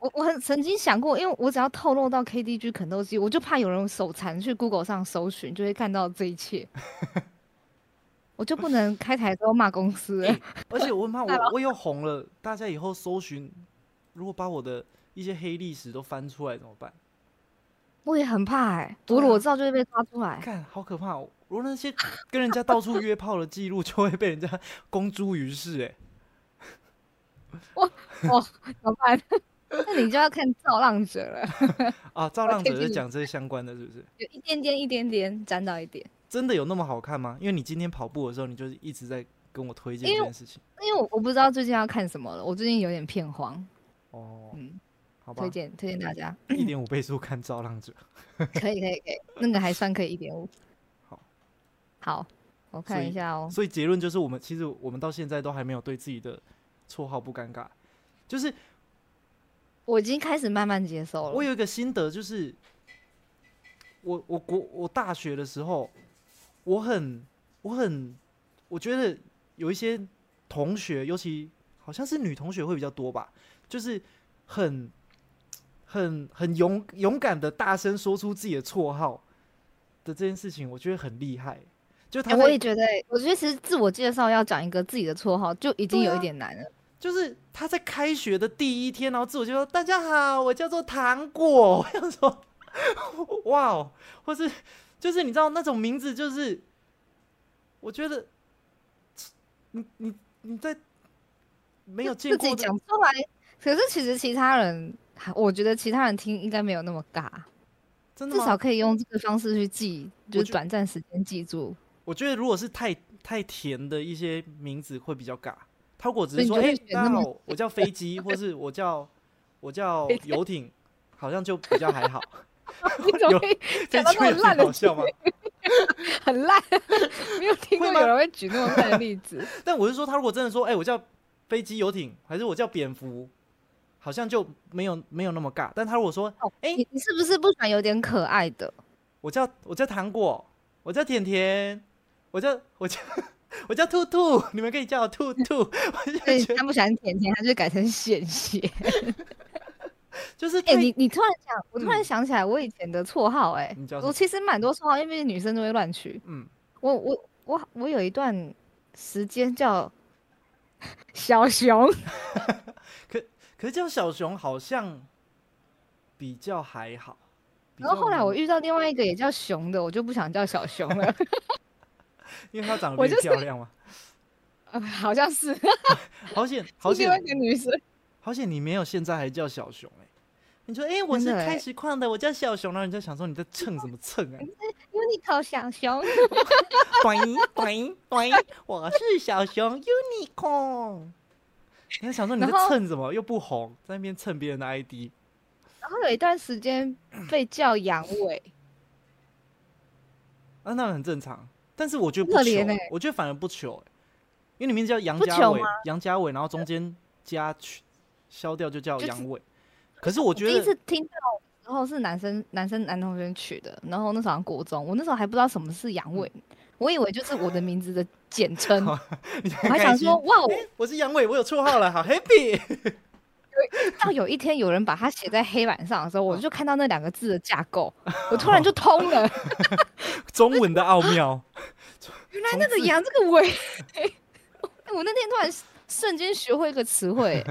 Speaker 1: 我我很曾经想过，因为我只要透露到 KDG 肯豆基，我就怕有人手残去 Google 上搜寻，就会看到这一
Speaker 2: <laughs>
Speaker 1: 切。我就不能开台之后骂公司了，
Speaker 2: 欸而且我
Speaker 1: <laughs>
Speaker 2: 很怕
Speaker 1: 啊
Speaker 2: 我我又红了，大家以后搜寻，如果把我的一些黑历史都翻出来怎么办？
Speaker 1: 我也很怕哎、
Speaker 2: 对啊
Speaker 1: 我裸照就会被抓出来。
Speaker 2: 看，好可怕、哦！我那些跟人家到处约炮的记录就会被人家公诸于世、欸，
Speaker 1: 怎么办？ <laughs> 那你就要看造浪者了，
Speaker 2: 啊，造浪者
Speaker 1: 可以
Speaker 2: 是
Speaker 1: 理
Speaker 2: 讲这些相关的，是不是？
Speaker 1: 有一点点一点点沾到一点。
Speaker 2: 真的有那么好看吗？因为你今天跑步的时候，你就是一直在跟我推荐
Speaker 1: 因
Speaker 2: 这
Speaker 1: 为
Speaker 2: 件事情。
Speaker 1: 因为我我不知道最近要看什么了，我最近有点片荒，
Speaker 2: 哦，
Speaker 1: 嗯，
Speaker 2: 好吧
Speaker 1: 推，荐推荐大家， <laughs>
Speaker 2: 一点五倍速看造浪者，
Speaker 1: 可以可以可以，那个还算可以一点五。
Speaker 2: 好，
Speaker 1: 好，我看
Speaker 2: 所
Speaker 1: 一
Speaker 2: 以
Speaker 1: 下哦。
Speaker 2: 所以结论就是，我们其实我们到现在都还没有对自己的绰号不尴尬，就是
Speaker 1: 我已经开始慢慢接受了。
Speaker 2: 我有一个心得，就是我我国我大学的时候，我很我很我觉得有一些同学，尤其好像是女同学会比较多吧，就是很很很勇勇敢的大声说出自己的绰号的这件事情，我觉得很厉害。就
Speaker 1: 哎
Speaker 2: 他
Speaker 1: 我
Speaker 2: 会
Speaker 1: 也觉得欸、我觉得其实自我介绍要讲一个自己的绰号就已经
Speaker 2: 对
Speaker 1: 有一
Speaker 2: 啊
Speaker 1: 点难了。
Speaker 2: 就是他在开学的第一天，然后自我介绍：“大家好，我叫做糖果。” <laughs> 我想说，哇哦，或是就是你知道那种名字，就是我觉得你你你在没有见
Speaker 1: 自己
Speaker 2: 过的
Speaker 1: 讲出来，可是其实其他人，我觉得其他人听应该没有那么尬，
Speaker 2: 真的
Speaker 1: 至
Speaker 2: 吗？
Speaker 1: 少可以用这个方式去记，
Speaker 2: 我
Speaker 1: 就是
Speaker 2: 觉 <laughs>
Speaker 1: 短暂时间记住。
Speaker 2: 我觉得如果是太太甜的一些名字会比较尬。他如果只
Speaker 1: 所以
Speaker 2: 是
Speaker 1: 你就
Speaker 2: 说，哎、
Speaker 1: 会选
Speaker 2: 大家
Speaker 1: 那么
Speaker 2: 好，我叫飞机，
Speaker 1: <laughs>
Speaker 2: 或是我叫我叫游艇，好像就比较还好。
Speaker 1: 你怎么可以
Speaker 2: 这
Speaker 1: 讲
Speaker 2: 一
Speaker 1: 到
Speaker 2: 句
Speaker 1: 这么
Speaker 2: 会很 <laughs>
Speaker 1: 烂的
Speaker 2: 好笑吗？
Speaker 1: 很烂？没有听过
Speaker 2: 会吗
Speaker 1: 有人会举那么烂的例
Speaker 2: <laughs>
Speaker 1: 子。
Speaker 2: 但我是说，他如果真的说，哎、我叫飞机、游艇，还是我叫蝙蝠，好像就没有没有那么尬。但他如果说，哎、
Speaker 1: 你你是不是不喜欢有点可爱的？
Speaker 2: 我叫我叫糖果，我叫甜甜，我叫我叫 <laughs> 我叫兔兔，你们可以叫我兔
Speaker 1: <laughs>
Speaker 2: 兔。我就
Speaker 1: 所以
Speaker 2: 觉得
Speaker 1: 他不喜欢甜甜，他就改成显
Speaker 2: <laughs>
Speaker 1: 写。
Speaker 2: 就是
Speaker 1: 哎、
Speaker 2: 太
Speaker 1: 你你突然讲，我突然
Speaker 2: 嗯
Speaker 1: 想起来我以前的绰号、哎、
Speaker 2: 你叫什么
Speaker 1: 我其实蛮多绰号，因为女生都会乱取。
Speaker 2: 嗯，
Speaker 1: 我我我我有一段时间叫 <laughs> 小熊，
Speaker 2: 可是叫小熊好像比较还好。比
Speaker 1: 然后
Speaker 2: 较
Speaker 1: 后来我
Speaker 2: 没有
Speaker 1: 遇到另外一个也叫熊的，我就不想叫小熊了， <laughs>
Speaker 2: 因为她长得
Speaker 1: 我
Speaker 2: 比你
Speaker 1: 就是
Speaker 2: 漂亮嘛，
Speaker 1: 呃好像是
Speaker 2: 好险好
Speaker 1: 另外一
Speaker 2: 险
Speaker 1: 个女生。
Speaker 2: 好险你没有现在还叫小熊哎、你说哎、我
Speaker 1: 真
Speaker 2: 是
Speaker 1: 的欸
Speaker 2: 开实况的，我叫小熊，然后人家想说你在蹭什么蹭啊？
Speaker 1: Uniqlo 小
Speaker 2: <laughs>
Speaker 1: 熊，
Speaker 2: 短短短，我是小熊 unicorn。你在想说你在
Speaker 1: 然后
Speaker 2: 蹭什么？又不红，在那边蹭别人的 ID，
Speaker 1: 然后有一段时间被叫阳痿，
Speaker 2: 啊，那很正常。但是我觉得
Speaker 1: 很
Speaker 2: 不
Speaker 1: 可
Speaker 2: 糗
Speaker 1: 怜
Speaker 2: 欸
Speaker 1: 欸，
Speaker 2: 我觉得反而不糗欸，因为你名字叫杨
Speaker 1: 不
Speaker 2: 家
Speaker 1: 糗
Speaker 2: 伟
Speaker 1: 吗，
Speaker 2: 杨家伟，然后中间加去消掉就叫
Speaker 1: 就是
Speaker 2: 杨伟。可是我
Speaker 1: 我
Speaker 2: 觉
Speaker 1: 第一次
Speaker 2: 得，
Speaker 1: 听到的时候是男生男生男同学取的，然后那时候好像国中，我那时候还不知道什么是阳痿，
Speaker 2: 嗯
Speaker 1: 我以为就是我的名字的简
Speaker 2: <laughs>
Speaker 1: 称，我
Speaker 2: 你很
Speaker 1: 还
Speaker 2: 开
Speaker 1: 想
Speaker 2: 心
Speaker 1: 说哇，我
Speaker 2: 我是杨伟，我有绰号了，好 happy。
Speaker 1: 到有一天有人把它写在黑板上的时
Speaker 2: 哦
Speaker 1: 候，我就看到那两个字的架
Speaker 2: <laughs>
Speaker 1: 构，我突然就通了，
Speaker 2: 中文的奥妙，
Speaker 1: <laughs> 原来那个羊这个尾， <laughs> 我那天突然瞬间学会一个词
Speaker 2: <laughs>
Speaker 1: 汇。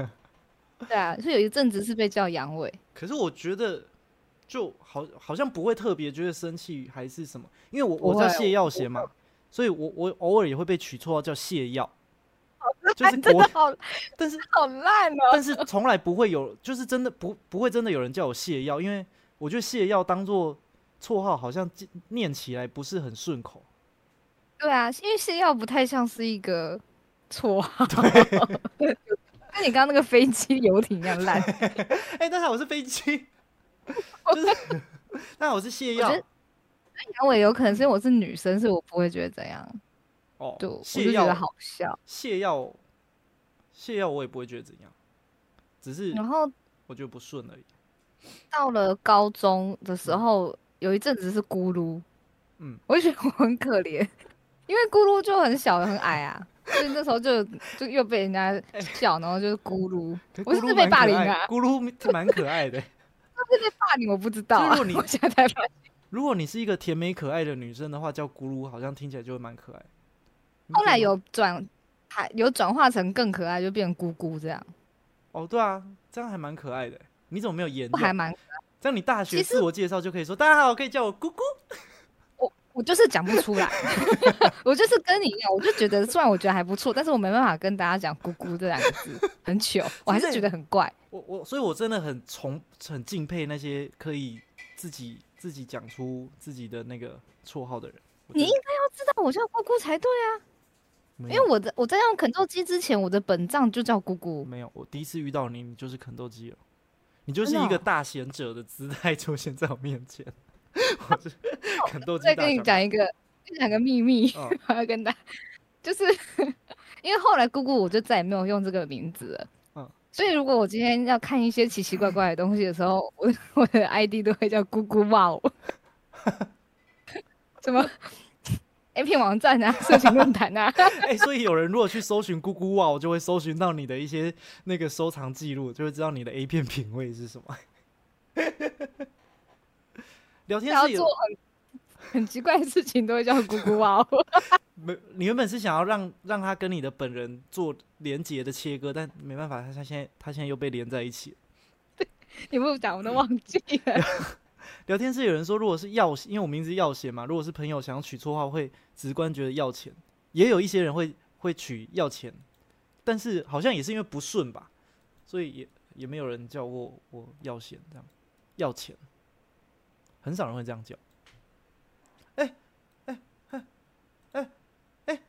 Speaker 1: 对啊，所以有一阵子是被叫阳痿，
Speaker 2: 可是我觉得就好好像不会特别觉得生气还是什么，因为我
Speaker 1: 不
Speaker 2: 我叫
Speaker 1: 会
Speaker 2: 谢
Speaker 1: 我
Speaker 2: 耀贤嘛，所以我我偶尔也会被取绰号叫谢耀，就是
Speaker 1: 哎真的
Speaker 2: 国，
Speaker 1: 好
Speaker 2: 但是
Speaker 1: 好烂哦。
Speaker 2: 但是从来不会有，就是真的不不会真的有人叫我谢耀，因为我觉得谢耀当做绰号好像记念起来不是很顺口，
Speaker 1: 对啊，因为泻药不太像是一个绰号， <laughs> 跟你刚刚那个飞机游艇一样烂。
Speaker 2: 哎、但是我是飞机，就是 <laughs> 那我是谢
Speaker 1: 我觉
Speaker 2: 耀
Speaker 1: 得阳痿有可能是因为我是女生，所以我不会觉得怎样，
Speaker 2: 哦
Speaker 1: 就我，
Speaker 2: 谢
Speaker 1: 就觉得
Speaker 2: 耀
Speaker 1: 好笑。
Speaker 2: 谢耀，谢耀我也不会觉得怎样，只是
Speaker 1: 然后
Speaker 2: 我觉得不顺而已。
Speaker 1: 到了高中的时候，有一阵子是咕噜，
Speaker 2: 嗯，
Speaker 1: 我就觉得我很可怜，因为咕噜就很小很矮啊，所以那时候就就又被人家
Speaker 2: 哎
Speaker 1: 笑，然后就是咕噜。
Speaker 2: 可
Speaker 1: 我
Speaker 2: 咕
Speaker 1: 是不
Speaker 2: 噜
Speaker 1: 是被
Speaker 2: 蛮
Speaker 1: 霸
Speaker 2: 可
Speaker 1: 凌
Speaker 2: 爱
Speaker 1: 啊
Speaker 2: 咕噜蛮可爱的。 <laughs>
Speaker 1: 霸凌我不知道、啊，
Speaker 2: 就是如果
Speaker 1: 我
Speaker 2: 你
Speaker 1: 现在才发现
Speaker 2: 如果你是一个甜美可爱的女生的话，叫咕噜好像听起来就会蛮可爱。你不
Speaker 1: 后来
Speaker 2: 觉得吗
Speaker 1: 有转，还有转化成更可爱，就变咕咕这样，
Speaker 2: 哦，对啊，这样还蛮可爱的。你怎么没有研
Speaker 1: 不
Speaker 2: 究？
Speaker 1: 还蛮
Speaker 2: 这样你大学
Speaker 1: 其实
Speaker 2: 自我介绍就可以说：“大家好，可以叫我咕咕。
Speaker 1: 我就是讲不出来， <laughs> 我就是跟你一样，我就觉得虽然我觉得还不错，但是我没办法跟大家讲“咕咕”这两个字，很糗，我还是觉得很怪。
Speaker 2: 我”我所以，我真的很崇很敬佩那些可以自己自己讲出自己的那个绰号的人。我觉
Speaker 1: 你
Speaker 2: 得
Speaker 1: 应该要知道我叫咕咕才对啊，
Speaker 2: 没
Speaker 1: 因
Speaker 2: 有
Speaker 1: 为我的我在用肯豆基之前，我的本账就叫咕咕。
Speaker 2: 没有，我第一次遇到你，你就是肯豆基了，你就是
Speaker 1: 真的
Speaker 2: 一个
Speaker 1: 哦
Speaker 2: 大贤者的姿态出现在我面前。 <laughs> 我是肯豆基
Speaker 1: 哦再
Speaker 2: 大
Speaker 1: 跟你
Speaker 2: 小
Speaker 1: 讲一个，再讲个秘密，
Speaker 2: 哦
Speaker 1: 我要跟大，就是因为后来姑姑我就再也没有用这个名字了。
Speaker 2: 嗯
Speaker 1: 所以，如果我今天要看一些奇奇怪怪的东西的时候，我我的 ID 都会叫“姑姑哇哦”，什么 A 片网站啊、色情论
Speaker 2: <laughs>
Speaker 1: 坛啊，
Speaker 2: 哎、所以有人如果去搜寻“咕咕哇”，我就会搜寻到你的一些那个收藏记录，就会知道你的 A 片品味是什么。聊天
Speaker 1: 然后
Speaker 2: 室有
Speaker 1: 做很很奇怪的事情都会叫“姑姑哇哦
Speaker 2: 没？你原本是想要让让他跟你的本人做连结的切割，但没办法，他他现在他现在又被连在一起了。”，
Speaker 1: 你不讲我都忘记了。
Speaker 2: 聊天室有人说，如果是要，因为我名字要钱嘛，如果是朋友想要取绰号，会直观觉得要钱。也有一些人会会取要钱，但是好像也是因为不顺吧，所以也也没有人叫我我要钱这样，要钱，很少人会这样叫。哎哎哎哎哎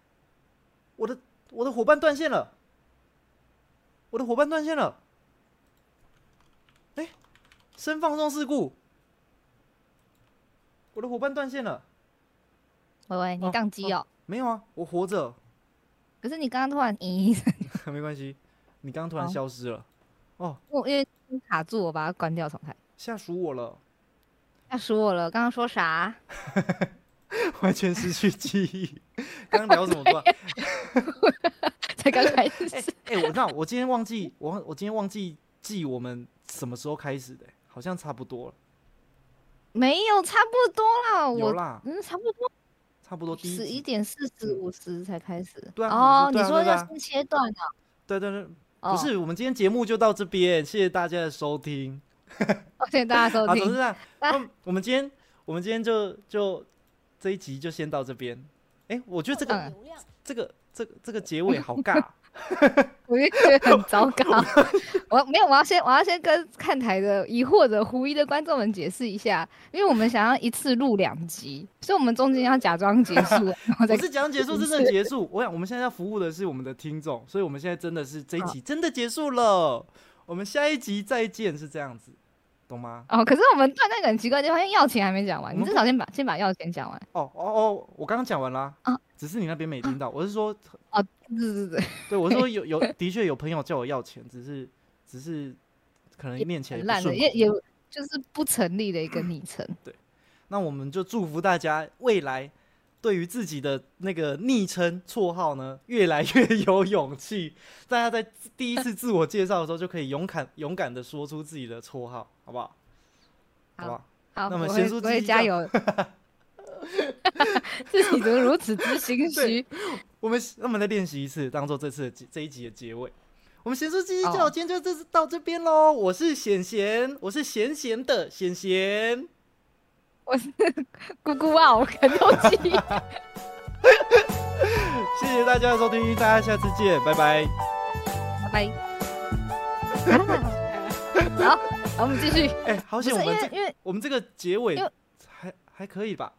Speaker 2: 的伙伴断线了，我的伙伴断线了，哎、深放送事故，我的伙伴断线了，
Speaker 1: 喂喂，你
Speaker 2: 哦
Speaker 1: 宕机哦。
Speaker 2: 没有啊，我活着， <laughs>
Speaker 1: 可是你刚刚突然咦， <laughs>
Speaker 2: 没关系，你刚刚突然
Speaker 1: 好
Speaker 2: 消失了，哦，
Speaker 1: 我因为卡住，我把它关掉重开。
Speaker 2: 吓死我
Speaker 1: <laughs>
Speaker 2: 了，
Speaker 1: 吓死我了！刚刚说啥？ <laughs>
Speaker 2: 完全失去记忆，刚刚聊什么
Speaker 1: <laughs>
Speaker 2: 不知道？
Speaker 1: 才刚开始。
Speaker 2: 哎、我知道，我今天忘记，我忘我今天忘记记我们什么时候开始的、欸好像差不多了，
Speaker 1: 没有，差不多啦。
Speaker 2: 有
Speaker 1: 我
Speaker 2: 啦，
Speaker 1: 嗯，差不多
Speaker 2: 差不多第一
Speaker 1: 十
Speaker 2: 集
Speaker 1: 一点四十五十才开始。
Speaker 2: 对
Speaker 1: 哦，
Speaker 2: 啊我说
Speaker 1: 你说
Speaker 2: 对啊对啊
Speaker 1: 要先切断啊？
Speaker 2: 对对对，
Speaker 1: 哦
Speaker 2: 不，是，我们今天节目就到这边，谢谢大家的收听。
Speaker 1: 哦谢谢大家收
Speaker 2: 好，总之
Speaker 1: 听。 <laughs>
Speaker 2: 啊，那我们今天我们今天就就这一集就先到这边。哎、我觉得这个、
Speaker 1: 嗯
Speaker 2: 这个这个这个结尾好尬，
Speaker 1: 我就觉得很糟糕。 <laughs> 我没有，我要先我要先跟看台的疑惑者、狐疑的观众们解释一下，因为我们想要一次录两集，所以我们中间要假装结束，
Speaker 2: <laughs>
Speaker 1: 然 <laughs> 后
Speaker 2: 不
Speaker 1: 再
Speaker 2: 是讲结束，真的结束。我想我们现在要服务的是我们的听众，所以我们现在真的是这一集真的结束了，我们下一集再见，是这样子，懂吗？
Speaker 1: 哦。可是我们断那个很奇怪的地方，因为要钱还没讲完，
Speaker 2: 我
Speaker 1: 你
Speaker 2: 们
Speaker 1: 至少先把先把要钱讲完。
Speaker 2: 哦哦哦，我刚刚讲完啦，
Speaker 1: 啊
Speaker 2: 只是你那边没听到，我是说
Speaker 1: 对对对，
Speaker 2: 对，我说有有，的确有朋友叫我要钱，只是只是可能面
Speaker 1: 很
Speaker 2: 前也不
Speaker 1: 烂的，
Speaker 2: 顺
Speaker 1: 也
Speaker 2: 口。
Speaker 1: 也就是不成立的一个昵称。
Speaker 2: 那我们就祝福大家未来对于自己的那个昵称绰号呢，越来越有勇气。大家在自第一次自我介绍的时候，就可以勇敢勇敢的说出自己的绰号，好不好？好不
Speaker 1: 好
Speaker 2: 好？
Speaker 1: 好，
Speaker 2: 那么
Speaker 1: 我
Speaker 2: 贤
Speaker 1: 会
Speaker 2: 淑
Speaker 1: 我
Speaker 2: 自
Speaker 1: 会
Speaker 2: 己
Speaker 1: 加
Speaker 2: 讲 <laughs>
Speaker 1: 油。自己怎么如此之心虚？
Speaker 2: 我们那我们再练习一次，当做这次的结这一集的结尾。我们贤叔鸡鸡
Speaker 1: 哦
Speaker 2: 叫，今天就这次到这边喽。我是贤贤，我是贤贤的贤贤。
Speaker 1: 咕咕啊，我啃东
Speaker 2: <laughs>
Speaker 1: 西。
Speaker 2: 谢谢大家的收听，大家下次见，拜拜。
Speaker 1: 拜 <laughs> 拜。好，好，我们继续。
Speaker 2: 哎、好
Speaker 1: 不是
Speaker 2: 险
Speaker 1: 因
Speaker 2: 我们
Speaker 1: 为
Speaker 2: 这
Speaker 1: 因为
Speaker 2: 我们这个结尾
Speaker 1: 因为
Speaker 2: 还还可以吧？